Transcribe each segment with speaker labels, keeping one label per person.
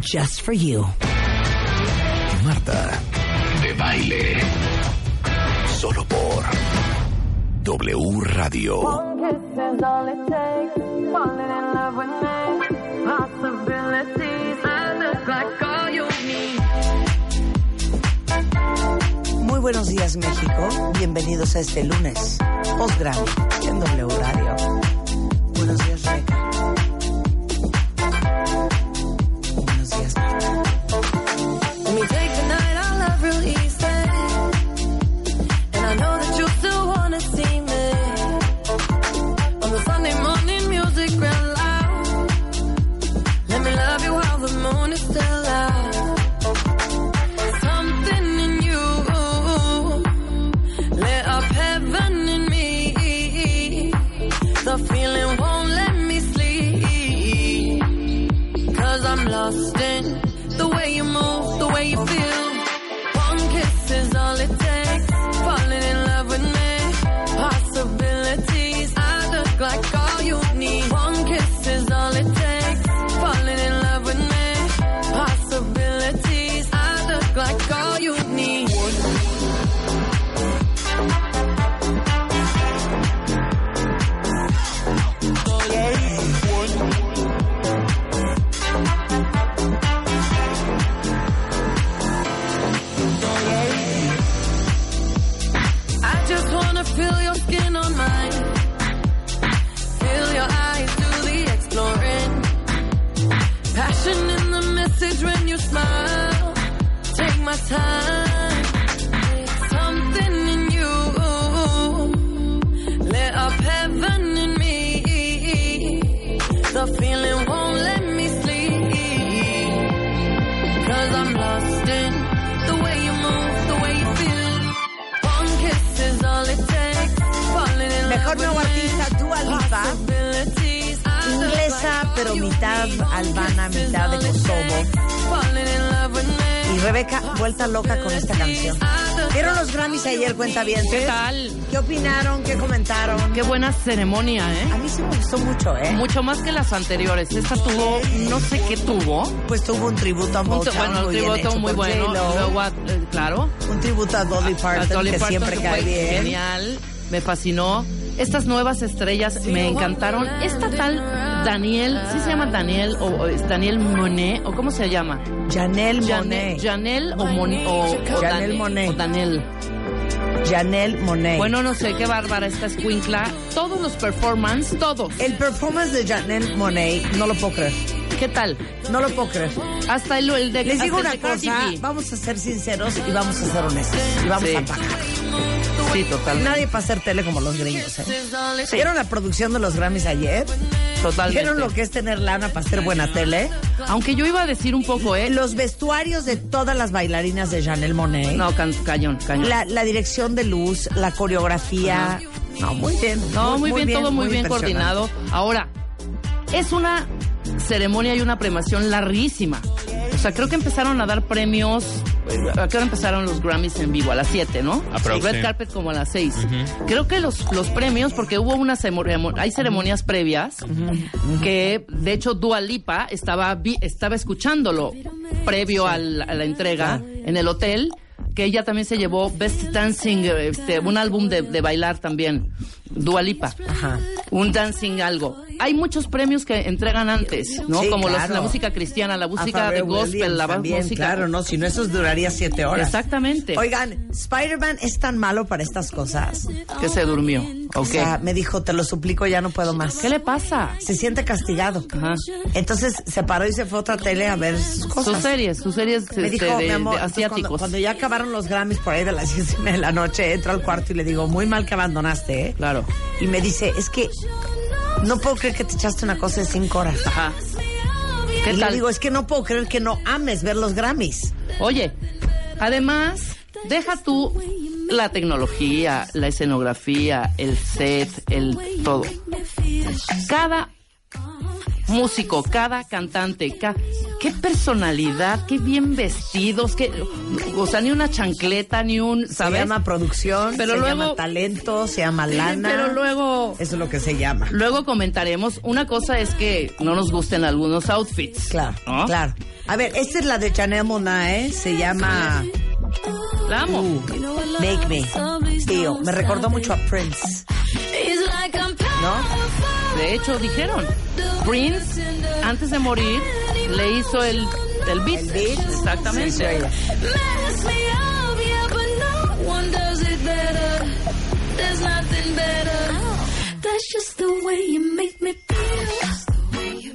Speaker 1: Just for you.
Speaker 2: Marta de baile. Solo por W Radio.
Speaker 3: One kiss is all it takes. Falling in love with me. Possibilities, I look like all you need.
Speaker 1: Muy buenos días, México. Bienvenidos a este lunes. Postgram en W Radio. Buenos días, Rebeca. Buenos días, Marta.
Speaker 3: Let me take the night, I love real easy. And I know that you still wanna see me. On the Sunday morning, music real loud. Let me love you while the moon is still out. Something in you lit up heaven in me. The feeling won't let me sleep. Cause I'm lost in the way you move, the way you feel. One kiss is all it takes. Falling in love with me. Possibilities, I look like all you need. One kiss is all it takes. Falling in love with me. Possibilities, I look like all you need. I just wanna feel your skin on mine. Feel your eyes do the exploring. Passion in the message when you smile. Take my time. Something in you lit up heaven in me. The feeling won't let me sleep. Cause I'm lost in the way you move, the way you feel. One kiss is all it takes. Falling in
Speaker 1: Mejor
Speaker 3: love
Speaker 1: nuevo
Speaker 3: with
Speaker 1: artista,
Speaker 3: me.
Speaker 1: Dua Lipa.
Speaker 3: Possibilities, I look
Speaker 1: Inglesa,
Speaker 3: like
Speaker 1: pero
Speaker 3: all you
Speaker 1: mitad
Speaker 3: need. One
Speaker 1: albana,
Speaker 3: kiss is
Speaker 1: mitad de
Speaker 3: all it
Speaker 1: Kosovo.
Speaker 3: takes. Falling in love with me.
Speaker 1: Y Rebeca, vuelta loca con esta canción. Vieron los Grammys ayer, cuenta bien.
Speaker 4: ¿Qué tal?
Speaker 1: ¿Qué opinaron? ¿Qué comentaron?
Speaker 4: Qué buena ceremonia,
Speaker 1: A
Speaker 4: ¿eh?
Speaker 1: mí sí me gustó mucho, ¿eh?
Speaker 4: Mucho más que las anteriores. Esta tuvo, no sé qué tuvo.
Speaker 1: Pues tuvo un tributo a
Speaker 4: Un
Speaker 1: Motown,
Speaker 4: bueno,
Speaker 1: muy
Speaker 4: un
Speaker 1: bien
Speaker 4: tributo
Speaker 1: hecho
Speaker 4: muy
Speaker 1: por
Speaker 4: bueno.
Speaker 1: J-Lo.
Speaker 4: Luego a- eh, claro.
Speaker 1: Un tributo a Dolly
Speaker 4: a- a
Speaker 1: Parton,
Speaker 4: Dolly
Speaker 1: que
Speaker 4: Parton,
Speaker 1: siempre
Speaker 4: que
Speaker 1: cae
Speaker 4: fue
Speaker 1: bien.
Speaker 4: Genial. Me fascinó. Estas nuevas estrellas me encantaron. Esta tal Daniel, ¿sí se llama Daniel? ¿O, o es Daniel Monet? ¿O cómo se llama?
Speaker 1: Janelle
Speaker 4: Jane-
Speaker 1: Monet.
Speaker 4: Janel o, Mon- o, o
Speaker 1: Janel
Speaker 4: Dan-
Speaker 1: Monáe.
Speaker 4: o Daniel.
Speaker 1: Janelle Monet.
Speaker 4: Bueno, no sé, qué bárbara esta escuincla. Todos los performance, todos.
Speaker 1: el performance de Janelle Monet, no lo puedo creer.
Speaker 4: ¿Qué tal?
Speaker 1: No lo puedo creer.
Speaker 4: Hasta el, el de
Speaker 1: Les
Speaker 4: hasta
Speaker 1: digo
Speaker 4: el
Speaker 1: una
Speaker 4: de Cardi
Speaker 1: cosa,
Speaker 4: B.
Speaker 1: vamos a ser sinceros y vamos a ser honestos. Y vamos
Speaker 4: Sí.
Speaker 1: a pagar.
Speaker 4: Sí, totalmente.
Speaker 1: Nadie para hacer tele como los gringos. ¿eh? ¿Vieron la producción de los Grammys ayer?
Speaker 4: Totalmente.
Speaker 1: ¿Vieron lo que es tener lana para hacer buena tele?
Speaker 4: Aunque yo iba a decir un poco, ¿eh?
Speaker 1: Los vestuarios de todas las bailarinas de Janelle Monet.
Speaker 4: No, can- cañón, cañón.
Speaker 1: La, la dirección de luz, la coreografía. No, muy bien.
Speaker 4: no, muy, bien, todo muy bien
Speaker 1: impresionante.
Speaker 4: coordinado. Ahora, es una ceremonia y una premación larguísima. O sea, creo que empezaron a dar premios. eh, ¿A qué hora empezaron los Grammys en vivo? A las 7, ¿no?
Speaker 5: Aprox,
Speaker 4: Red
Speaker 5: sí.
Speaker 4: Carpet como a las 6. Creo que los, los premios, porque hubo una ceremo- hay ceremonias previas, que de hecho Dua Lipa estaba, vi- estaba escuchándolo previo al- a la entrega en el hotel, que ella también se llevó Best Dancing, este, un álbum de, de bailar también, Dua Lipa.
Speaker 1: Ajá.
Speaker 4: Un dancing algo. Hay muchos premios que entregan antes, ¿no?
Speaker 1: Sí,
Speaker 4: Como los-
Speaker 1: claro.
Speaker 4: la música cristiana, la música
Speaker 1: A
Speaker 4: de
Speaker 1: Pharrell Williams
Speaker 4: gospel, la
Speaker 1: también,
Speaker 4: música...
Speaker 1: Claro, no, si no, eso duraría siete horas.
Speaker 4: Exactamente.
Speaker 1: Oigan, Spider-Man es tan malo para estas cosas.
Speaker 4: Que se durmió.
Speaker 1: O
Speaker 4: Ok.
Speaker 1: sea, me dijo, te lo suplico, ya no puedo más.
Speaker 4: ¿Qué le pasa?
Speaker 1: Se siente castigado.
Speaker 4: Ajá.
Speaker 1: Entonces se paró y se fue a otra tele a ver sus cosas.
Speaker 4: Sus series, sus series
Speaker 1: Me
Speaker 4: este,
Speaker 1: dijo,
Speaker 4: de,
Speaker 1: mi amor, entonces,
Speaker 4: de
Speaker 1: cuando,
Speaker 4: asiáticos.
Speaker 1: cuando ya acabaron los Grammys por ahí de las 10 de la noche, entro al cuarto y le digo, muy mal que abandonaste, ¿eh?
Speaker 4: Claro.
Speaker 1: Y me dice, es que no puedo creer que te echaste una cosa de cinco horas.
Speaker 4: Ajá. ¿Qué
Speaker 1: Y le
Speaker 4: tal?
Speaker 1: digo, es que no puedo creer que no ames ver los Grammys.
Speaker 4: Oye, además, deja tú la tecnología, la escenografía, el set, el todo. Cada músico, cada cantante, ca- qué personalidad, qué bien vestidos, qué, o sea, ni una chancleta, ni un, ¿sabes?
Speaker 1: Se llama producción,
Speaker 4: Pero
Speaker 1: se
Speaker 4: luego-
Speaker 1: llama talento, se llama
Speaker 4: Sí,
Speaker 1: lana.
Speaker 4: Pero luego,
Speaker 1: Eso es lo que se llama.
Speaker 4: luego comentaremos. Una cosa es que no nos gusten algunos outfits.
Speaker 1: Claro,
Speaker 4: ¿no?
Speaker 1: claro. A ver, esta es la de Chanel Monáe, ¿eh? Se llama
Speaker 4: La amo.
Speaker 1: Uh, Make Me Feel. Me recordó mucho a Prince, ¿no?
Speaker 4: De hecho, dijeron, Prince,
Speaker 1: Ah.
Speaker 4: antes de morir, le hizo el, el beat.
Speaker 1: El beat.
Speaker 4: Exactamente.
Speaker 1: Sí,
Speaker 5: Uh-huh. Uh-huh.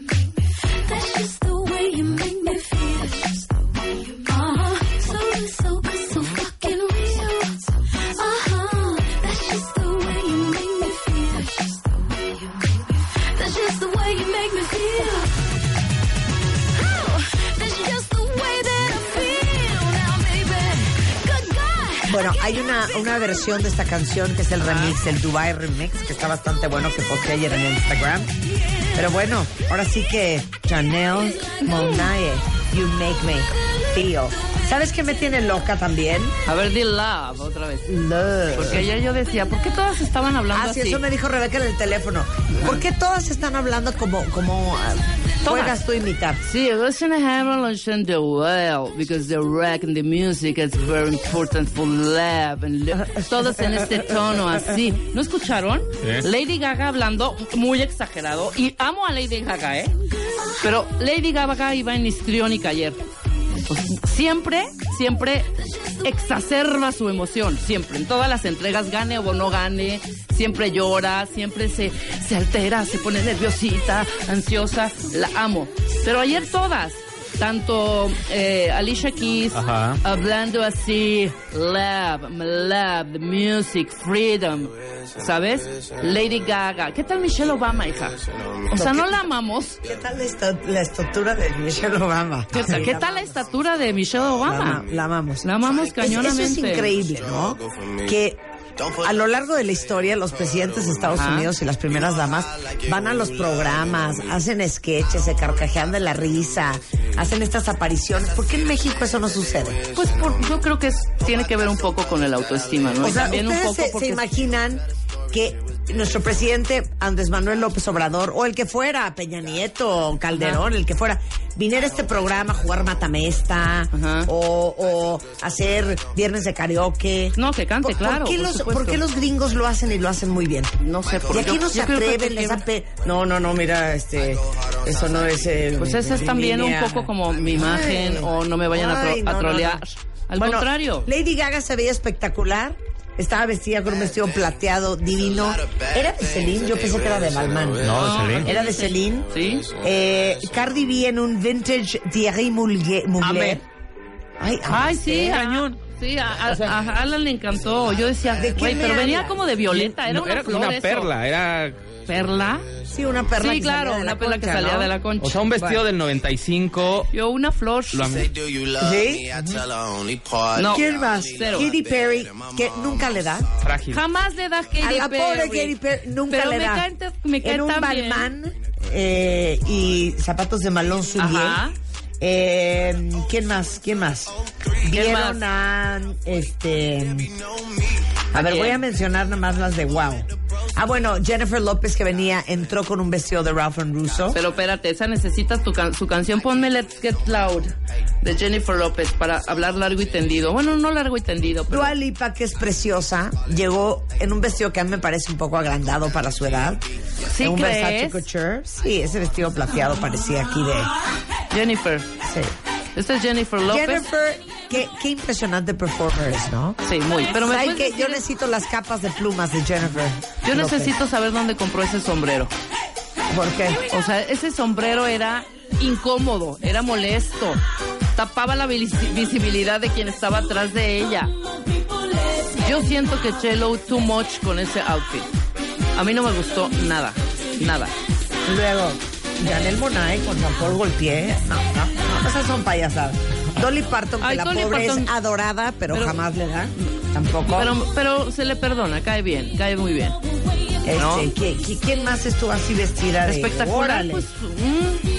Speaker 5: That's just the way you make me feel. Oh, that's just the way that I feel now, baby. Good God.
Speaker 1: Bueno, hay una, una versión de esta canción que es el remix, el Dubai Remix, que está bastante bueno, que posteé ayer en Instagram. Pero bueno, ahora sí que Chanel Monae, You Make Me Feel. ¿Sabes qué me tiene loca también?
Speaker 4: A ver, di love otra vez.
Speaker 1: Love.
Speaker 4: Porque ayer yo decía, ¿por qué todas estaban hablando
Speaker 1: Ah, sí,
Speaker 4: así?
Speaker 1: eso me dijo Rebeca en el teléfono. ¿Por qué todas están hablando como, como ah,
Speaker 4: Todas.
Speaker 1: juegas tú a imitar?
Speaker 4: Sí, listen to Hammer listen the well, because the rock and the music is very important for love. And lo- todas en este tono así. ¿No escucharon?
Speaker 6: ¿Eh?
Speaker 4: Lady Gaga hablando muy exagerado. Y amo a Lady Gaga, ¿eh? Pero Lady Gaga iba en histriónica ayer. Pues, Siempre, siempre exacerba su emoción, siempre, en todas las entregas, gane o no gane, siempre llora, siempre se, se altera, se pone nerviosita, ansiosa, la amo. Pero ayer todas, tanto eh, Alicia Keys,
Speaker 6: Ajá.
Speaker 4: hablando así, love, my love, the music, freedom, ¿sabes? Lady Gaga, ¿qué tal Michelle Obama, hija? O sea, no la amamos.
Speaker 1: ¿Qué tal la, esta- la estatura de Michelle Obama?
Speaker 4: ¿Qué,
Speaker 1: Sí,
Speaker 4: qué
Speaker 1: la
Speaker 4: tal la
Speaker 1: amamos.
Speaker 4: estatura de Michelle
Speaker 1: La,
Speaker 4: Obama?
Speaker 1: ama- la amamos.
Speaker 4: La amamos
Speaker 1: Es-
Speaker 4: cañonamente.
Speaker 1: Eso es increíble, ¿no? Que a lo largo de la historia los presidentes de Estados
Speaker 4: Ajá.
Speaker 1: Unidos y las primeras damas van a los programas, hacen sketches, se carcajean de la risa, hacen estas apariciones. ¿Por qué en México eso no sucede?
Speaker 4: Pues por- yo creo que es- tiene que ver un poco con el autoestima, ¿no?
Speaker 1: O
Speaker 4: Y
Speaker 1: sea,
Speaker 4: también un
Speaker 1: ustedes
Speaker 4: poco
Speaker 1: se, se
Speaker 4: porque
Speaker 1: imaginan que nuestro presidente Andrés Manuel López Obrador o el que fuera, Peña Nieto, Calderón, el que fuera, viniera a este programa a jugar matamesta
Speaker 4: Ajá.
Speaker 1: o, o hacer viernes de karaoke.
Speaker 4: no que cante,
Speaker 1: ¿Por,
Speaker 4: claro.
Speaker 1: ¿por, qué
Speaker 4: por
Speaker 1: los,
Speaker 4: supuesto.
Speaker 1: por qué los gringos lo hacen y lo hacen muy bien?
Speaker 4: no sé por
Speaker 1: Y aquí
Speaker 4: yo-
Speaker 1: no se
Speaker 4: yo creo que
Speaker 1: atreven,
Speaker 4: tiene
Speaker 1: les
Speaker 4: que
Speaker 1: da
Speaker 4: ver-
Speaker 1: pe- No, no, no, mira, este, eso no es... eh,
Speaker 4: Pues esa es
Speaker 1: mi
Speaker 4: también un
Speaker 1: línea.
Speaker 4: poco como mi imagen
Speaker 1: Ay,
Speaker 4: o no me vayan a, tro-
Speaker 1: ay,
Speaker 4: a
Speaker 1: no, no,
Speaker 4: trolear.
Speaker 1: no.
Speaker 4: Al
Speaker 1: Bueno,
Speaker 4: contrario.
Speaker 1: Lady Gaga se veía espectacular. Estaba vestida con un vestido plateado divino. ¿Era de Celine? Yo pensé que era de Balmain.
Speaker 6: No, Celine.
Speaker 1: Era de Celine.
Speaker 4: Sí.
Speaker 1: Eh, Cardi B en un vintage Thierry Mugler.
Speaker 4: Amé.
Speaker 1: Ay, amé.
Speaker 4: Ay, sí, a- Sí, a, a- a Alan le encantó. Yo decía,
Speaker 1: ¿De qué
Speaker 4: güey,
Speaker 1: me
Speaker 4: pero venía
Speaker 1: hablas?
Speaker 4: como de violeta, era
Speaker 6: No,
Speaker 4: una
Speaker 6: era como
Speaker 4: flor
Speaker 6: una
Speaker 4: eso.
Speaker 6: perla, era...
Speaker 4: ¿Perla?
Speaker 1: Sí, una perla
Speaker 4: sí,
Speaker 1: que
Speaker 4: claro,
Speaker 1: salía de la
Speaker 4: una perla que
Speaker 1: concha,
Speaker 4: salía
Speaker 1: ¿no?
Speaker 4: de la concha.
Speaker 6: O sea, un vestido del 95...
Speaker 4: Yo una flor.
Speaker 6: Lo amé.
Speaker 1: ¿Sí?
Speaker 4: No.
Speaker 1: ¿Quién más?
Speaker 4: Cero.
Speaker 1: Katy Perry, que nunca le da.
Speaker 6: Frágil.
Speaker 4: Jamás le da Katy
Speaker 1: A la pobre
Speaker 4: Perry.
Speaker 1: Katy Perry nunca
Speaker 4: Pero
Speaker 1: le
Speaker 4: me
Speaker 1: da.
Speaker 4: cae tan- me cae
Speaker 1: en un
Speaker 4: tan bien.
Speaker 1: Balmain eh, y zapatos de Malón
Speaker 4: Ajá.
Speaker 1: Soulier. Eh, ¿Quién más? ¿Quién más? Vieron a este. A ver,
Speaker 4: quién?
Speaker 1: voy a mencionar nada más las de Wow. Ah, bueno, Jennifer López que venía entró con un vestido de Ralph and Russo.
Speaker 4: Pero espérate, esa necesitas tu can- su canción Ponme Let's Get Loud de Jennifer López para hablar largo y tendido. Bueno, no largo y tendido, pero
Speaker 1: Dua Lipa, que es preciosa, llegó en un vestido que a mí me parece un poco agrandado para su edad.
Speaker 4: ¿Sí
Speaker 1: En un
Speaker 4: crees?
Speaker 1: Versace Couture. Sí, ese vestido plateado parecía aquí de...
Speaker 4: Jennifer.
Speaker 1: sí.
Speaker 4: Esta es Jennifer López.
Speaker 1: Jennifer, qué, qué impresionante performer es, ¿no?
Speaker 4: Sí, muy. Pero me
Speaker 1: ¿Saben
Speaker 4: puedes
Speaker 1: qué?
Speaker 4: decir-
Speaker 1: Yo necesito las capas de plumas de Jennifer.
Speaker 4: yo
Speaker 1: López.
Speaker 4: necesito saber dónde compró ese sombrero.
Speaker 1: ¿Por qué?
Speaker 4: O sea, ese sombrero era incómodo, era molesto. Tapaba la visi- visibilidad de quien estaba atrás de ella. Yo siento que Chelo too much con ese outfit. A mí no me gustó nada, nada.
Speaker 1: Luego, Janel Monae con Jean-Paul Gaultier. No, no, no, esas son payasadas. Dolly Parton, que
Speaker 4: Ay,
Speaker 1: la
Speaker 4: Dolly
Speaker 1: pobre
Speaker 4: Parton.
Speaker 1: es adorada, pero,
Speaker 4: Pero-
Speaker 1: jamás le da. Tampoco.
Speaker 4: Pero, pero se le perdona, cae bien, cae muy bien.
Speaker 1: Este,
Speaker 4: ¿no?
Speaker 1: ¿qui- qui- ¿Quién más estuvo así vestida de
Speaker 4: Espectacular.
Speaker 1: órale?
Speaker 4: pues, mm,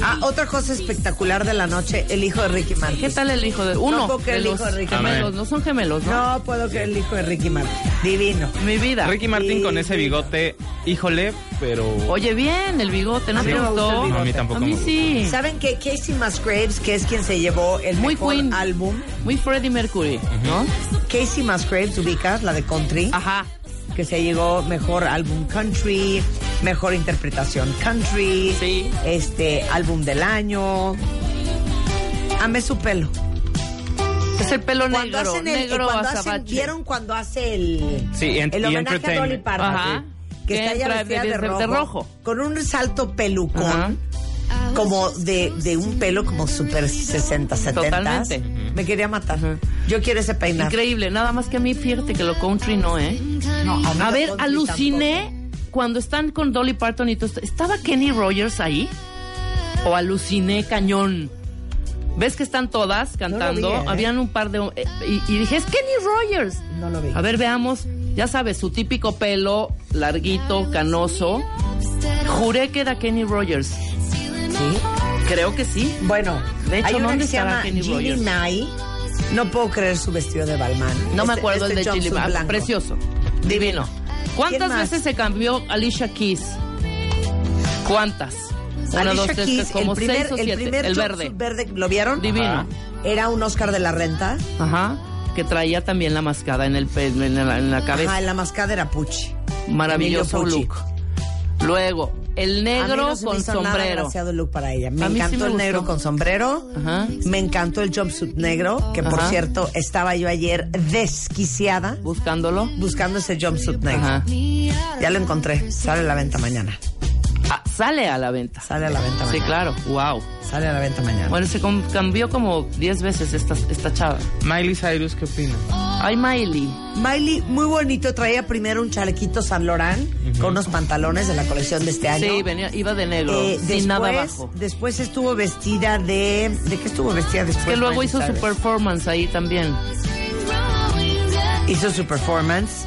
Speaker 1: Ah, otra cosa espectacular de la noche, el hijo de Ricky Martin.
Speaker 4: ¿Qué tal el hijo de uno?
Speaker 1: No puedo creer
Speaker 4: de
Speaker 1: el
Speaker 4: los
Speaker 1: hijo de Ricky
Speaker 6: Amén.
Speaker 4: gemelos, no son gemelos, ¿no?
Speaker 1: No puedo creer el hijo de Ricky Martin. Divino.
Speaker 4: Mi vida.
Speaker 6: Ricky Martin con ese bigote, híjole, pero.
Speaker 4: Oye, bien, el bigote, ¿no
Speaker 1: A mí
Speaker 4: te
Speaker 1: no me gusta
Speaker 4: gustó?
Speaker 1: el
Speaker 6: no, a mí
Speaker 1: bigote.
Speaker 6: tampoco.
Speaker 4: A mí
Speaker 6: me gusta.
Speaker 4: sí.
Speaker 1: ¿Saben que Casey Musgraves, que es quien se llevó el
Speaker 4: Muy
Speaker 1: mejor
Speaker 4: Queen.
Speaker 1: álbum?
Speaker 4: Muy Freddie Mercury, ¿no?
Speaker 1: Casey Musgraves, ubicas, la de Country,
Speaker 4: Ajá.
Speaker 1: que se llegó mejor álbum country, mejor interpretación country,
Speaker 4: Sí.
Speaker 1: este álbum del año. Ah, Amé su pelo.
Speaker 4: Es el pelo
Speaker 1: Cuando
Speaker 4: negro,
Speaker 1: hacen el,
Speaker 4: negro
Speaker 1: cuando hacen-
Speaker 4: azabache.
Speaker 1: vieron cuando hace el,
Speaker 6: Sí, en-
Speaker 1: el
Speaker 6: y
Speaker 1: homenaje a Dolly
Speaker 6: Entertainment.
Speaker 1: Parton,
Speaker 4: Ajá.
Speaker 1: que
Speaker 4: Que
Speaker 1: está ella
Speaker 4: entra
Speaker 1: vestida
Speaker 4: de-
Speaker 1: de,
Speaker 4: de- de
Speaker 1: rojo,
Speaker 4: rojo.
Speaker 1: con un salto pelucón.
Speaker 4: Ajá.
Speaker 1: como de, de un pelo como super 60, 70.
Speaker 4: Totalmente.
Speaker 1: Me quería matar. Yo quiero ese peinado.
Speaker 4: Increíble, nada más que a mí fíjate que lo country no, ¿eh?
Speaker 1: No, mí
Speaker 4: A
Speaker 1: lo
Speaker 4: ver,
Speaker 1: country
Speaker 4: aluciné cuando están con Dolly Parton y todo. esto. ¿Estaba Kenny Rogers ahí? ¿O aluciné cañón? ¿Ves que están todas cantando?
Speaker 1: vi, ¿eh?
Speaker 4: Habían un par de... eh, Y, y dije, es Kenny Rogers.
Speaker 1: No lo vi.
Speaker 4: A ver, veamos. Ya sabes, su típico pelo larguito, canoso. Juré que era Kenny Rogers.
Speaker 1: ¿Sí?
Speaker 4: Creo que sí.
Speaker 1: Bueno,
Speaker 4: De hecho,
Speaker 1: hay una
Speaker 4: ¿dónde
Speaker 1: que se
Speaker 4: estará
Speaker 1: llama
Speaker 4: Kenny
Speaker 1: Gilly
Speaker 4: Rogers?
Speaker 1: May. No puedo creer su vestido de Balmain.
Speaker 4: No me
Speaker 1: Este-
Speaker 4: acuerdo
Speaker 1: este
Speaker 4: el de Chile.
Speaker 1: jumpsuit
Speaker 4: Ah,
Speaker 1: blanco.
Speaker 4: Precioso. Divino. ¿Cuántas
Speaker 1: más?
Speaker 4: veces se cambió Alicia Keys? ¿Cuántas? Una,
Speaker 1: Alicia
Speaker 4: dos, tres,
Speaker 1: Keys,
Speaker 4: tres, como
Speaker 1: el primer,
Speaker 4: seis o siete.
Speaker 1: el primer
Speaker 4: verde.
Speaker 1: jumpsuit verde, ¿lo vieron?
Speaker 4: Divino.
Speaker 6: Ajá.
Speaker 1: Era un Oscar de la renta.
Speaker 4: Ajá. Que traía también la mascada en, el, pe- en, la, en la cabeza.
Speaker 1: Ajá, en la mascada era Pucci.
Speaker 4: Maravilloso
Speaker 1: Emilio Pucci.
Speaker 4: look. Luego, el
Speaker 1: A mí
Speaker 4: negro
Speaker 1: no se me
Speaker 4: con
Speaker 1: hizo nada
Speaker 4: sombrero.
Speaker 1: demasiado el look para ella. Me
Speaker 4: A mí sí
Speaker 1: encantó
Speaker 4: me
Speaker 1: el negro
Speaker 4: gustó.
Speaker 1: con sombrero.
Speaker 4: Ajá.
Speaker 1: Me encantó el jumpsuit negro, que por
Speaker 4: Ajá.
Speaker 1: cierto estaba yo ayer desquiciada
Speaker 4: Buscándolo.
Speaker 1: buscando ese jumpsuit negro.
Speaker 4: Ajá.
Speaker 1: Ya lo encontré. Sale a la venta mañana.
Speaker 4: Ah, sale a la venta.
Speaker 1: Sale a la venta mañana.
Speaker 4: Sí, claro. Wow.
Speaker 1: Sale a la venta mañana.
Speaker 4: Bueno, se com- cambió como 10 veces esta, esta chava.
Speaker 6: Miley Cyrus, ¿qué opina?
Speaker 4: Ay, Miley.
Speaker 1: Miley, muy bonito, traía primero un chalequito San Laurent con unos pantalones de la colección de este año.
Speaker 4: Sí, venía, iba de negro,
Speaker 1: Eh,
Speaker 4: sin
Speaker 1: después,
Speaker 4: nada abajo.
Speaker 1: después estuvo vestida de... ¿De qué estuvo vestida después?
Speaker 4: Que luego
Speaker 1: Miley
Speaker 4: hizo su
Speaker 1: Cyrus?
Speaker 4: performance ahí también.
Speaker 1: hizo su performance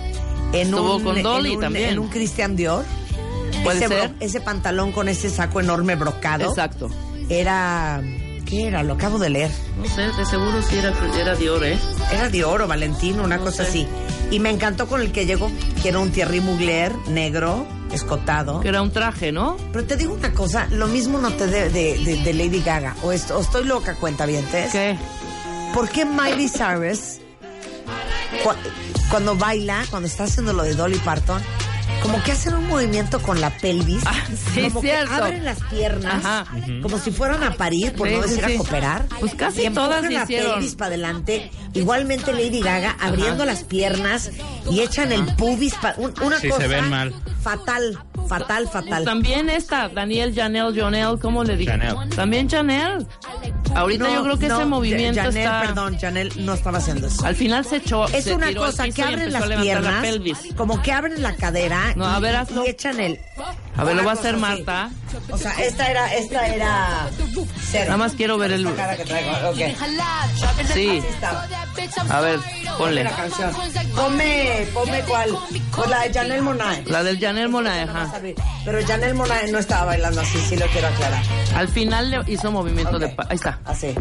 Speaker 1: en
Speaker 4: Estuvo
Speaker 1: un,
Speaker 4: con
Speaker 1: en
Speaker 4: Dolly
Speaker 1: un-
Speaker 4: también.
Speaker 1: en un Christian Dior.
Speaker 4: Puede
Speaker 1: ese,
Speaker 4: ser.
Speaker 1: ese pantalón con ese saco enorme brocado.
Speaker 4: Exacto.
Speaker 1: Era ¿qué era? Lo acabo de leer.
Speaker 4: No sé, de seguro sí era, era Dior, ¿eh?
Speaker 1: Era Dior o Valentino, una cosa
Speaker 4: sé.
Speaker 1: así. Y me encantó con el que llegó, que era un Thierry Mugler negro, escotado.
Speaker 4: Que era un traje, ¿no?
Speaker 1: Pero te digo una cosa, lo mismo no te de, de- de- de Lady Gaga. O, est- o estoy loca, cuenta bien,
Speaker 4: ¿Qué?
Speaker 1: ¿Por qué Miley Cyrus, cua- cuando baila, cuando está haciendo lo de Dolly Parton, como que hacen un movimiento con la pelvis?
Speaker 4: Ah, sí,
Speaker 1: como
Speaker 4: cierto.
Speaker 1: que abren las piernas,
Speaker 4: Ajá.
Speaker 1: como si fueran a parir, por
Speaker 4: Sí,
Speaker 1: no
Speaker 4: sí,
Speaker 1: decir
Speaker 4: sí.
Speaker 1: a cooperar.
Speaker 4: Pues casi
Speaker 1: y empujan
Speaker 4: todas
Speaker 1: la
Speaker 4: hicieron.
Speaker 1: pelvis para adelante. Igualmente Lady Gaga abriendo las piernas y echan el pubis. pa- un- una
Speaker 6: Sí, se
Speaker 1: cosa
Speaker 6: ven mal.
Speaker 1: fatal, fatal, fatal.
Speaker 4: También esta, Daniel, Janel, Jonel, ¿cómo le dije?
Speaker 6: Janelle.
Speaker 4: También Janel. Ahorita
Speaker 1: No,
Speaker 4: yo creo que
Speaker 1: no,
Speaker 4: ese movimiento
Speaker 1: Janelle,
Speaker 4: está...
Speaker 1: perdón, Janel no estaba haciendo eso.
Speaker 4: Al final se echó.
Speaker 1: Es
Speaker 4: se
Speaker 1: una
Speaker 4: tiró al
Speaker 1: cosa
Speaker 4: piso
Speaker 1: que
Speaker 4: y
Speaker 1: abren
Speaker 4: empezó a
Speaker 1: las
Speaker 4: levantar
Speaker 1: piernas,
Speaker 4: La pelvis.
Speaker 1: como que abren la cadera
Speaker 4: No, a
Speaker 1: y-
Speaker 4: ver,
Speaker 1: y,
Speaker 4: hazlo.
Speaker 1: echan el.
Speaker 4: A ver, lo
Speaker 1: Una
Speaker 4: va a
Speaker 1: cosa
Speaker 4: hacer
Speaker 1: así.
Speaker 4: Marta.
Speaker 1: O sea, esta era, esta era cero.
Speaker 4: Nada más quiero ver el.
Speaker 1: La cara que traigo. ok.
Speaker 4: Sí. A ver, ponle.
Speaker 1: La canción. Ponme, ponme cuál. Pues la de Janel Monae.
Speaker 4: La del Janel Monae, ajá.
Speaker 1: Pero Janel Monae no estaba bailando así, sí lo quiero aclarar.
Speaker 4: Al final le hizo movimiento de.
Speaker 1: Ok.
Speaker 4: pa- Ahí está.
Speaker 1: Así.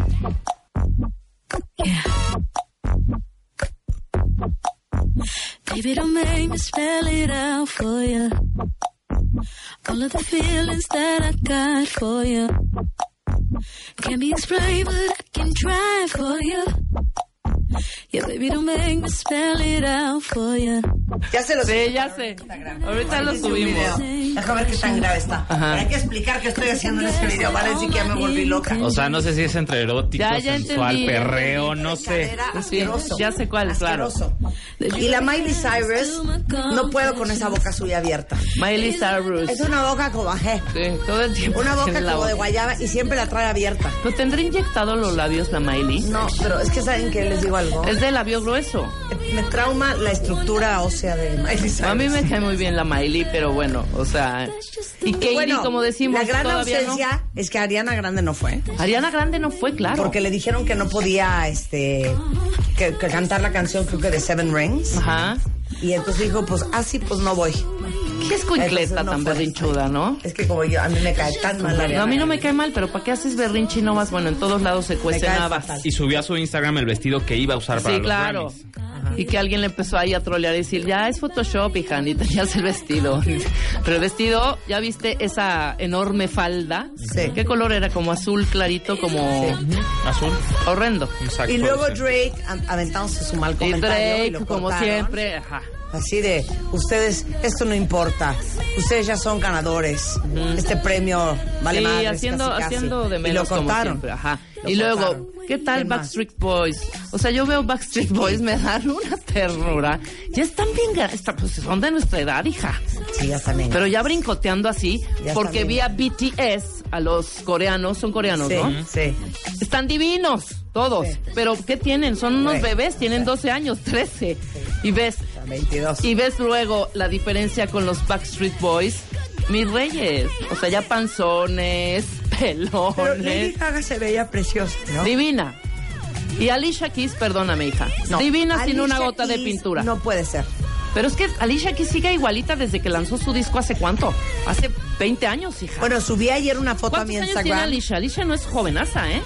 Speaker 5: Baby, don't make me spell it out for you. All of the feelings that I got for you can't be explained, but I can try for you. Yeah, baby, don't make me spell it out for you.
Speaker 1: Ya se lo
Speaker 4: Sí, ya sé. Ahorita lo subimos.
Speaker 1: Déjame ver qué tan grave está. Pero hay que explicar qué estoy haciendo en este video. Van a decir que ya me volví loca.
Speaker 6: O sea, no sé si es entre erótico,
Speaker 4: Ya, ya
Speaker 6: sensual,
Speaker 4: entendí.
Speaker 6: perreo, no sé.
Speaker 1: Cadera
Speaker 4: Sí,
Speaker 1: asqueroso.
Speaker 4: ya sé cuál, claro.
Speaker 1: Asqueroso. Y la Miley Cyrus, no puedo con esa boca suya abierta.
Speaker 4: Miley Cyrus.
Speaker 1: Es una boca como ajé.
Speaker 4: Sí, todo el tiempo.
Speaker 1: Una boca
Speaker 4: en la
Speaker 1: como de
Speaker 4: boca.
Speaker 1: guayaba y siempre la trae abierta.
Speaker 4: ¿Lo tendrá inyectado los labios la Miley?
Speaker 1: No, pero es que saben que les digo algo.
Speaker 4: Es de labio grueso.
Speaker 1: me trauma la estructura ósea de Miley Cyrus.
Speaker 4: A mí me cae muy bien la Miley, pero bueno, o sea. Y Katie,
Speaker 1: Bueno,
Speaker 4: como decimos,
Speaker 1: la gran
Speaker 4: todavía
Speaker 1: ausencia es que Ariana Grande no fue. ¿eh?
Speaker 4: no. Ariana Grande no fue, claro.
Speaker 1: Porque le dijeron que no podía este que, que cantar la canción, creo que de Seven Rings.
Speaker 4: Ajá.
Speaker 1: Y entonces dijo, pues así, pues no voy.
Speaker 4: Qué escuincleta
Speaker 1: Entonces no
Speaker 4: tan
Speaker 1: fue.
Speaker 4: berrinchuda, ¿no?
Speaker 1: Es que como yo, a mí me cae tan mal Ariana
Speaker 4: No, a mí no me
Speaker 1: Grande.
Speaker 4: cae mal, pero ¿para qué haces berrinche y no vas? Bueno, en todos lados se cuecen
Speaker 1: cae
Speaker 4: habas.
Speaker 1: fatal.
Speaker 6: Y subió a su Instagram el vestido que iba a usar para
Speaker 4: Sí,
Speaker 6: los
Speaker 4: claro.
Speaker 6: Grammys.
Speaker 4: Y que alguien le empezó ahí a trolear y decir, ya es Photoshop, hija, ni tenías el vestido. Pero el vestido, ya viste esa enorme falda.
Speaker 1: Sí.
Speaker 4: ¿Qué color era? Como azul clarito, como
Speaker 6: Mm, Azul.
Speaker 4: horrendo.
Speaker 6: Exacto.
Speaker 1: Y luego Drake am- aventándose su mal
Speaker 4: Y
Speaker 1: comentario. y
Speaker 4: Drake,
Speaker 1: lo
Speaker 4: como
Speaker 1: cortaron.
Speaker 4: siempre, ajá.
Speaker 1: Así de, ustedes, esto no importa. Ustedes ya son ganadores. Este premio vale
Speaker 4: sí,
Speaker 1: madres,
Speaker 4: haciendo,
Speaker 1: casi, casi.
Speaker 4: haciendo de
Speaker 1: Y lo
Speaker 4: menos como
Speaker 1: cortaron.
Speaker 4: siempre, ajá.
Speaker 1: Lo
Speaker 4: y luego,
Speaker 1: cortaron.
Speaker 4: ¿qué
Speaker 1: ¿Qué
Speaker 4: tal
Speaker 1: más?
Speaker 4: Backstreet Boys? O sea, yo veo Backstreet Boys, me dan una terrora. Ya están bien, gra- está- pues son de nuestra edad, hija.
Speaker 1: Sí, ya están en-
Speaker 4: Pero ya brincoteando así,
Speaker 1: Ya
Speaker 4: porque
Speaker 1: están
Speaker 4: vi a BTS, a los coreanos, son coreanos,
Speaker 1: Sí,
Speaker 4: ¿no?
Speaker 1: sí.
Speaker 4: Están divinos, todos.
Speaker 1: Sí.
Speaker 4: Pero ¿qué tienen? Son unos
Speaker 1: Sí.
Speaker 4: bebés, tienen 12 años, 13. Y ves,
Speaker 1: 22.
Speaker 4: y ves luego la diferencia con los Backstreet Boys, mis reyes. O sea, ya panzones,
Speaker 1: Pero Lady
Speaker 4: pelones.
Speaker 1: Gaga se veía preciosa, ¿no?
Speaker 4: Divina. Y Alicia Keys, perdóname, hija.
Speaker 1: No.
Speaker 4: Divina sin
Speaker 1: Alicia
Speaker 4: una gota de
Speaker 1: Keys
Speaker 4: pintura.
Speaker 1: No puede ser.
Speaker 4: Pero es que Alicia Keys sigue igualita desde que lanzó su disco hace cuánto? Hace 20 años, hija.
Speaker 1: Bueno, subí ayer una foto a
Speaker 4: ¿Cuántos
Speaker 1: mi
Speaker 4: años tiene
Speaker 1: Instagram.
Speaker 4: Alicia? Alicia no es jovenaza, ¿eh?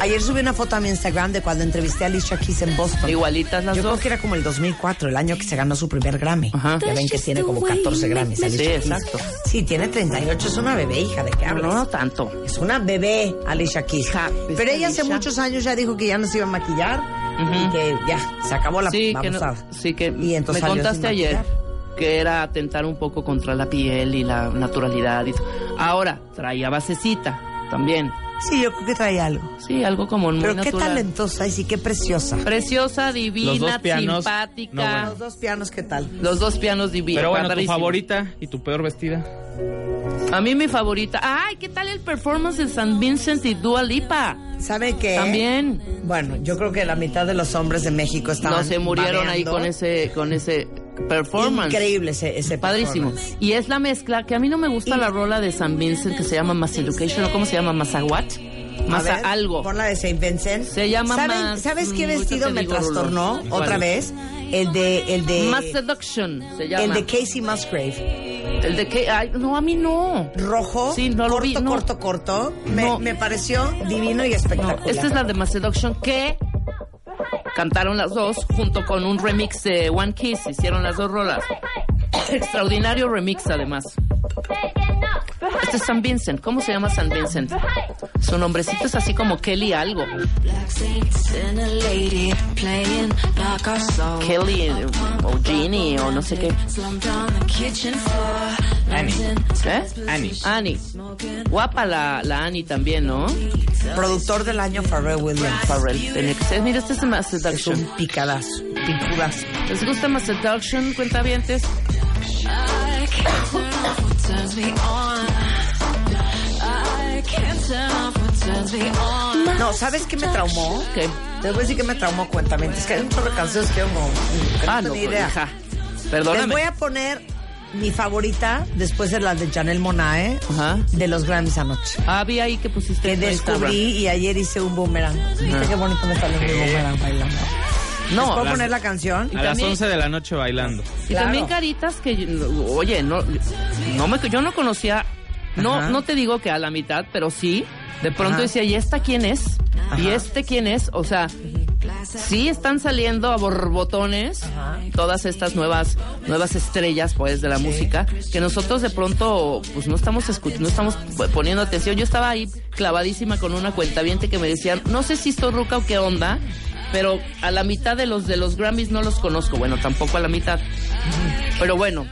Speaker 1: Ayer subí una foto a mi Instagram de cuando entrevisté a Alicia Keys en Boston.
Speaker 4: Igualitas las
Speaker 1: Yo
Speaker 4: dos.
Speaker 1: creo que era como el 2004, el año que se ganó su primer Grammy.
Speaker 4: Ajá.
Speaker 1: Ya ven que tiene como 14 Grammys. Alicia
Speaker 4: Sí,
Speaker 1: Keys.
Speaker 4: exacto.
Speaker 1: Sí, tiene 38, es una bebé, hija, ¿de qué
Speaker 4: Pero
Speaker 1: hablas?
Speaker 4: no, no tanto.
Speaker 1: Es una bebé, Alicia Keys.
Speaker 4: Ja, pues,
Speaker 1: Pero ella hace
Speaker 4: Alicia.
Speaker 1: muchos años ya dijo que ya no se iba a maquillar y que ya, se acabó la
Speaker 4: Sí, que no-
Speaker 1: babosada.
Speaker 4: sí, que
Speaker 1: Y entonces
Speaker 4: me
Speaker 1: salió sin
Speaker 4: contaste ayer
Speaker 1: maquillar.
Speaker 4: que era atentar un poco contra la piel y la naturalidad. Y to- Ahora, traía basecita también.
Speaker 1: Sí, yo creo que trae algo.
Speaker 4: Sí, algo como muy
Speaker 1: Pero qué
Speaker 4: natural.
Speaker 1: talentosa y sí, qué preciosa.
Speaker 4: Preciosa,
Speaker 6: Los dos
Speaker 4: divina,
Speaker 6: pianos,
Speaker 4: simpática.
Speaker 6: no, bueno.
Speaker 1: Los dos pianos, ¿qué tal?
Speaker 4: Los dos pianos divinos.
Speaker 6: Pero bueno, tu favorita y tu peor vestida.
Speaker 4: A mí mi favorita. Ay, ¿qué tal el performance de San Vincent y Dua Lipa?
Speaker 1: ¿Sabe qué?
Speaker 4: También.
Speaker 1: Bueno, yo creo que la mitad de los hombres de México estaban
Speaker 4: No se murieron ahí
Speaker 1: babeando.
Speaker 4: con ese con ese performance.
Speaker 1: Increíble ese, ese
Speaker 4: Padrísimo.
Speaker 1: performance.
Speaker 4: Y es la mezcla que a mí no me gusta la rola de San Vincent que se llama Mass Education o cómo se llama Mazaguat.
Speaker 1: A
Speaker 4: Masa
Speaker 1: ver,
Speaker 4: algo.
Speaker 1: Pon la de Saint Vincent.
Speaker 4: Se llama
Speaker 1: ¿Saben-
Speaker 4: más-
Speaker 1: ¿Sabes qué
Speaker 4: mm, ahorita
Speaker 1: vestido
Speaker 4: te
Speaker 1: me
Speaker 4: digo,
Speaker 1: trastornó
Speaker 4: Rulo.
Speaker 1: otra
Speaker 4: ¿Cuál?
Speaker 1: vez? El de... El de
Speaker 4: Mass Seduction se llama.
Speaker 1: el de Casey Musgrave.
Speaker 4: El de que ay, no a mí no.
Speaker 1: Rojo,
Speaker 4: Sí, no lo
Speaker 1: corto,
Speaker 4: vi, no.
Speaker 1: corto, corto, Me,
Speaker 4: No.
Speaker 1: me pareció divino y
Speaker 4: No,
Speaker 1: espectacular.
Speaker 4: esta es la de Mass Seduction que cantaron las dos junto con un remix de One Kiss, hicieron las dos rolas. Extraordinario remix además. Este es San Vincent, ¿cómo se llama San Vincent? Su nombrecito es así como Kelly algo.
Speaker 5: Black saints and a lady playing like our soul.
Speaker 4: Kelly eh, o Ginny o no sé qué.
Speaker 5: Slumped on the kitchen floor.
Speaker 6: Annie.
Speaker 4: ¿Eh?
Speaker 6: Annie.
Speaker 4: Annie. Guapa la, la Annie también, ¿no?
Speaker 1: Productor del año, Pharrell Williams.
Speaker 4: Farrell. En exceso. Mira, este es Mass
Speaker 1: Es un
Speaker 4: Seduction.
Speaker 1: picadazo, picudazo.
Speaker 4: ¿Les gusta Mass Seduction, cuentavientes?
Speaker 5: I can't turn off what turns me on. I can't turn off what turns me on.
Speaker 1: No, ¿sabes qué me traumó?
Speaker 4: ¿Qué?
Speaker 1: Te voy a decir que me traumó, cuéntame. Es que hay un chorro de canciones que yo no, que
Speaker 4: Ah,
Speaker 1: no
Speaker 4: no,
Speaker 1: tengo ni idea.
Speaker 4: hija.
Speaker 1: Les
Speaker 4: Perdóname.
Speaker 1: voy a poner mi favorita después de la de Janelle Monae
Speaker 4: Ajá.
Speaker 1: de los Grammys anoche.
Speaker 4: Ah, vi ahí que pusiste
Speaker 1: Que
Speaker 4: en tu
Speaker 1: descubrí y ayer hice un boomerang. ¿Viste qué bonito me salió mi boomerang bailando?
Speaker 4: Instagram.
Speaker 1: ¿Les
Speaker 4: No,
Speaker 1: puedo
Speaker 4: las-
Speaker 1: poner la canción?
Speaker 6: A las
Speaker 4: también-
Speaker 6: 11 de la noche bailando.
Speaker 4: y también
Speaker 1: claro.
Speaker 4: caritas que, oye, no, no me, yo no conocía, no,
Speaker 1: Ajá.
Speaker 4: no te digo que a la mitad, pero sí, de pronto
Speaker 1: Ajá.
Speaker 4: decía, ¿y esta quién es? ¿Y este quién es? O sea, sí están saliendo a borbotones todas estas nuevas, nuevas estrellas, pues, de la música, que nosotros de pronto, pues, no estamos escuchando, no estamos poniendo atención. Yo estaba ahí clavadísima con una cuentaviente que me decían, no sé si estoy ruca o qué onda, pero a la mitad de los de los Grammys no los conozco. Bueno, tampoco a la mitad. Pero bueno,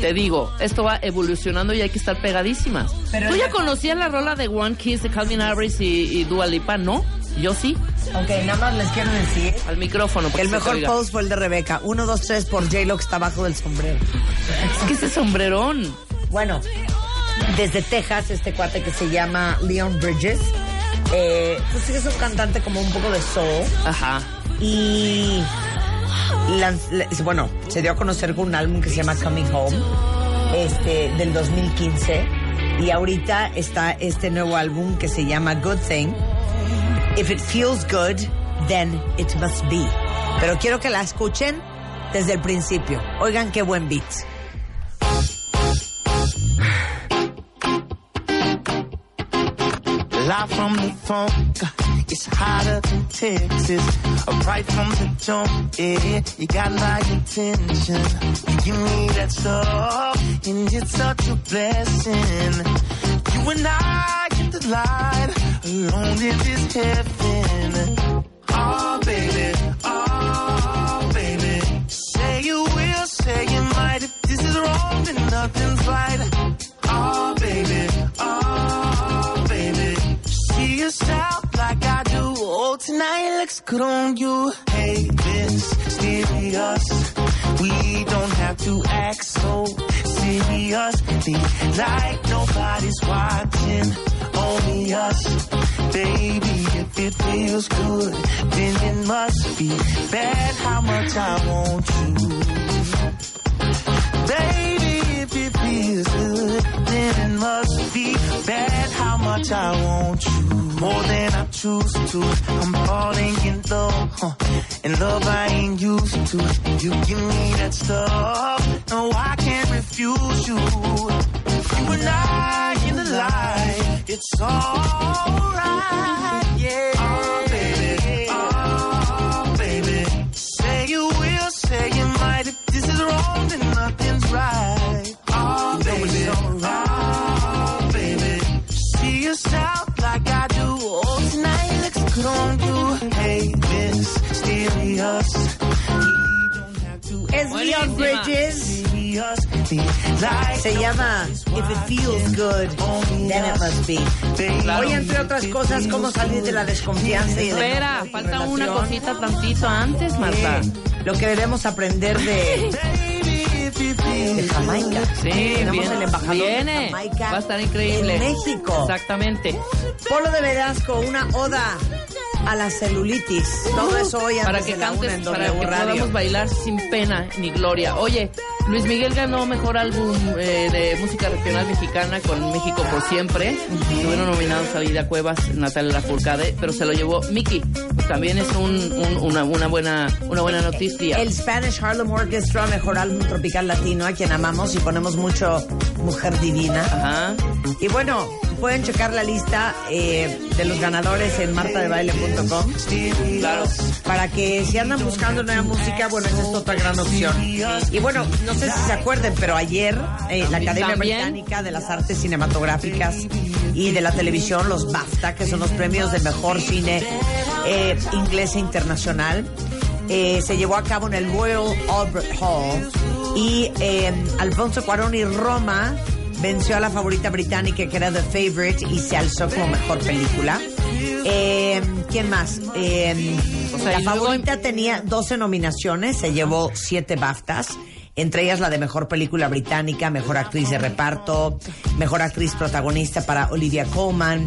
Speaker 4: te digo, esto va evolucionando y hay que estar pegadísimas.
Speaker 1: Pero
Speaker 4: ¿Tú
Speaker 1: ya-
Speaker 4: ya conocías la rola de One Kiss de Calvin Harris y, y Dua Lipa? No, yo sí.
Speaker 1: Ok, nada más les quiero decir
Speaker 4: Al micrófono.
Speaker 1: que
Speaker 4: porque
Speaker 1: el
Speaker 4: se te
Speaker 1: mejor
Speaker 4: oiga.
Speaker 1: post fue el de Rebeca. 1, 2, 3 por J-Lo que está abajo del sombrero.
Speaker 4: Es que ese sombrerón.
Speaker 1: Bueno, desde Texas, este cuate que se llama Leon Bridges. eh, pues sí, es un cantante como un poco de soul.
Speaker 4: Ajá.
Speaker 1: Y lanz- la- bueno, se dio a conocer con un álbum que se llama Coming Home, este, del 2015. Y ahorita está este nuevo álbum que se llama Good Thing. If it feels good, then it must be. Pero quiero que la escuchen desde el principio. Oigan qué buen beat.
Speaker 7: Live from the funk, it's hotter than Texas. Right from the jump, yeah, you got my attention. You give me that stuff, and it's such a blessing. You and I get the light, alone in this heaven. Oh, baby, oh, baby. Say you will, say you might. If this is wrong, then nothing's right. Oh, baby, oh, baby. See yourself like I do. Oh, tonight looks good on you. Hey, this serious. We don't have to act so seriously. Like nobody's watching, only us. Baby, if it feels good, then it must be bad how much I want you. Baby, if it feels good, then it must be bad how much I want you. More than I choose to. I'm falling in love, huh? And love I ain't used to. You give me that stuff. No, I can't refuse you. You and I in the light. It's alright, yeah. Oh, baby. Oh, baby. Say you will, say you might. If this is wrong, then nothing's right. Oh, baby. Oh, baby. See yourself like I do. Oh, tonight looks good on you. Hey, this serious. We don't have to
Speaker 1: Es Leon Bridges.
Speaker 7: seriously like
Speaker 1: Se llama If It Feels Good, Then It Must Be. Hoy, entre otras cosas, cómo salir de la desconfianza y de
Speaker 4: Espera,
Speaker 1: la
Speaker 4: falta
Speaker 1: relación.
Speaker 4: una cosita tantito antes, Marta.
Speaker 1: Lo que debemos aprender de,
Speaker 7: Baby, if you feel
Speaker 1: de Jamaica.
Speaker 4: Sí,
Speaker 1: Tenemos
Speaker 4: viene-
Speaker 1: el embajador de
Speaker 4: viene.
Speaker 1: Jamaica.
Speaker 4: Va a estar increíble.
Speaker 1: En México.
Speaker 4: Exactamente.
Speaker 1: Polo de Velasco, una oda a la celulitis. Todo eso hoy antes
Speaker 4: Uh, para que
Speaker 1: de la una
Speaker 4: cantes,
Speaker 1: en
Speaker 4: para
Speaker 1: W
Speaker 4: que
Speaker 1: Radio.
Speaker 4: podamos bailar sin pena ni gloria. Oye, Luis Miguel ganó mejor álbum eh, de música regional mexicana con México por siempre. Estuvieron nominados a Vida Cuevas, Natalia Lafourcade, pero se lo llevó Mickey. Pues También es un, un- una, una buena una buena noticia.
Speaker 1: El Spanish Harlem Orchestra, mejor álbum tropical latino, a quien amamos y ponemos mucho Mujer Divina.
Speaker 4: Ajá.
Speaker 1: Y bueno, pueden checar la lista eh, de los ganadores en martadebaile.com.
Speaker 4: Claro.
Speaker 1: para que si andan buscando nueva música, bueno, esa es otra gran opción. Y bueno, no sé si se acuerden, pero ayer eh, la Academia
Speaker 4: También.
Speaker 1: Británica de las Artes Cinematográficas y de la Televisión, los BAFTA, que son los premios de mejor cine eh, inglés e internacional, eh, se llevó a cabo en el Royal Albert Hall y eh, Alfonso Cuarón y Roma venció a la favorita británica que era The Favorite y se alzó como mejor película. Eh, ¿Quién más? Eh,
Speaker 4: O sea,
Speaker 1: la
Speaker 4: y luego-
Speaker 1: favorita tenía 12 nominaciones, se llevó 7 BAFTAs, entre ellas la de Mejor Película Británica, Mejor Actriz de Reparto, Mejor Actriz Protagonista para Olivia Colman,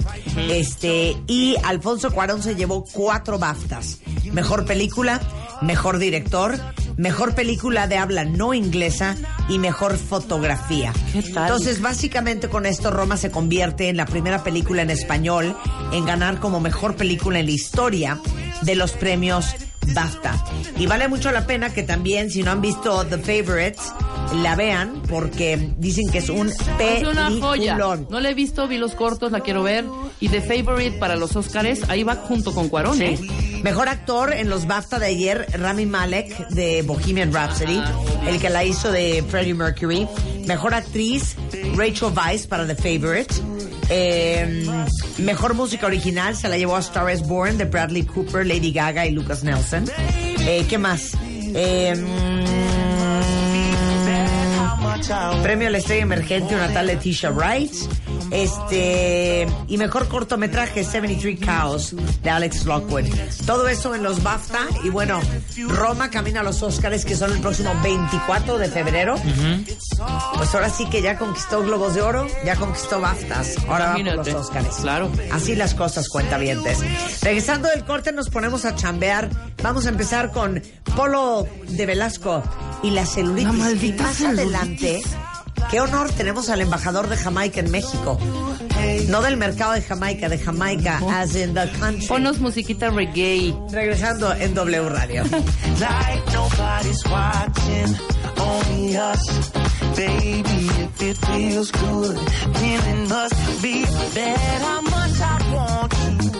Speaker 1: este, y Alfonso Cuarón se llevó 4 BAFTAs, Mejor Película, Mejor Director, Mejor Película de Habla No Inglesa y Mejor Fotografía.
Speaker 4: ¿Qué
Speaker 1: Entonces,
Speaker 4: tal?
Speaker 1: entonces, básicamente con esto Roma se convierte en la primera película en español en ganar como mejor película en la historia de los premios BAFTA. Y vale mucho la pena que también, si no han visto The Favorites, la vean porque dicen que es un
Speaker 4: Es una joya.
Speaker 1: peliculón.
Speaker 4: No la he visto, vi los cortos, la quiero ver. Y The Favorite para los Óscares, ahí va junto con Cuarón, ¿eh?
Speaker 1: Mejor actor en los BAFTA de ayer, Rami Malek de Bohemian Rhapsody, el que la hizo de Freddie Mercury. Mejor actriz, Rachel Weisz para The Favorite. Eh, mejor música original se la llevó a Star is Born de Bradley Cooper, Lady Gaga y Lucas Nelson. Eh, ¿Qué más? Eh,
Speaker 7: how much I want
Speaker 1: Premio a la Estrella Emergente, una tal Leticia Wright. Este, y mejor cortometraje, 73 Cows, de Alex Lockwood. Todo eso en los BAFTA. Y bueno, Roma camina a los Oscars, que son el próximo 24 de febrero. Pues ahora sí que ya conquistó Globos de Oro, ya conquistó BAFTAs. Ahora vamos los
Speaker 4: Imagínate.
Speaker 1: Oscars.
Speaker 4: Claro.
Speaker 1: Así las cosas, cuentavientes. Regresando del corte, nos ponemos a chambear Vamos a empezar con Polo de Velasco y la celulitis.
Speaker 3: La maldita
Speaker 1: Y Pues más
Speaker 3: celulitis.
Speaker 1: adelante, qué honor tenemos al embajador de Jamaica en México. No del mercado de Jamaica, de Jamaica, as in the country.
Speaker 4: Ponos musiquita reggae.
Speaker 1: Regresando en W Radio.
Speaker 7: like nobody's watching, only us. Baby, if it feels good, then it must be bad. How much I want you.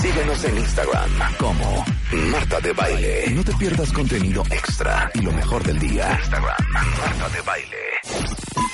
Speaker 2: Síguenos en Instagram como Marta de Baile. No te pierdas contenido extra y lo mejor del día. Instagram, Marta de Baile.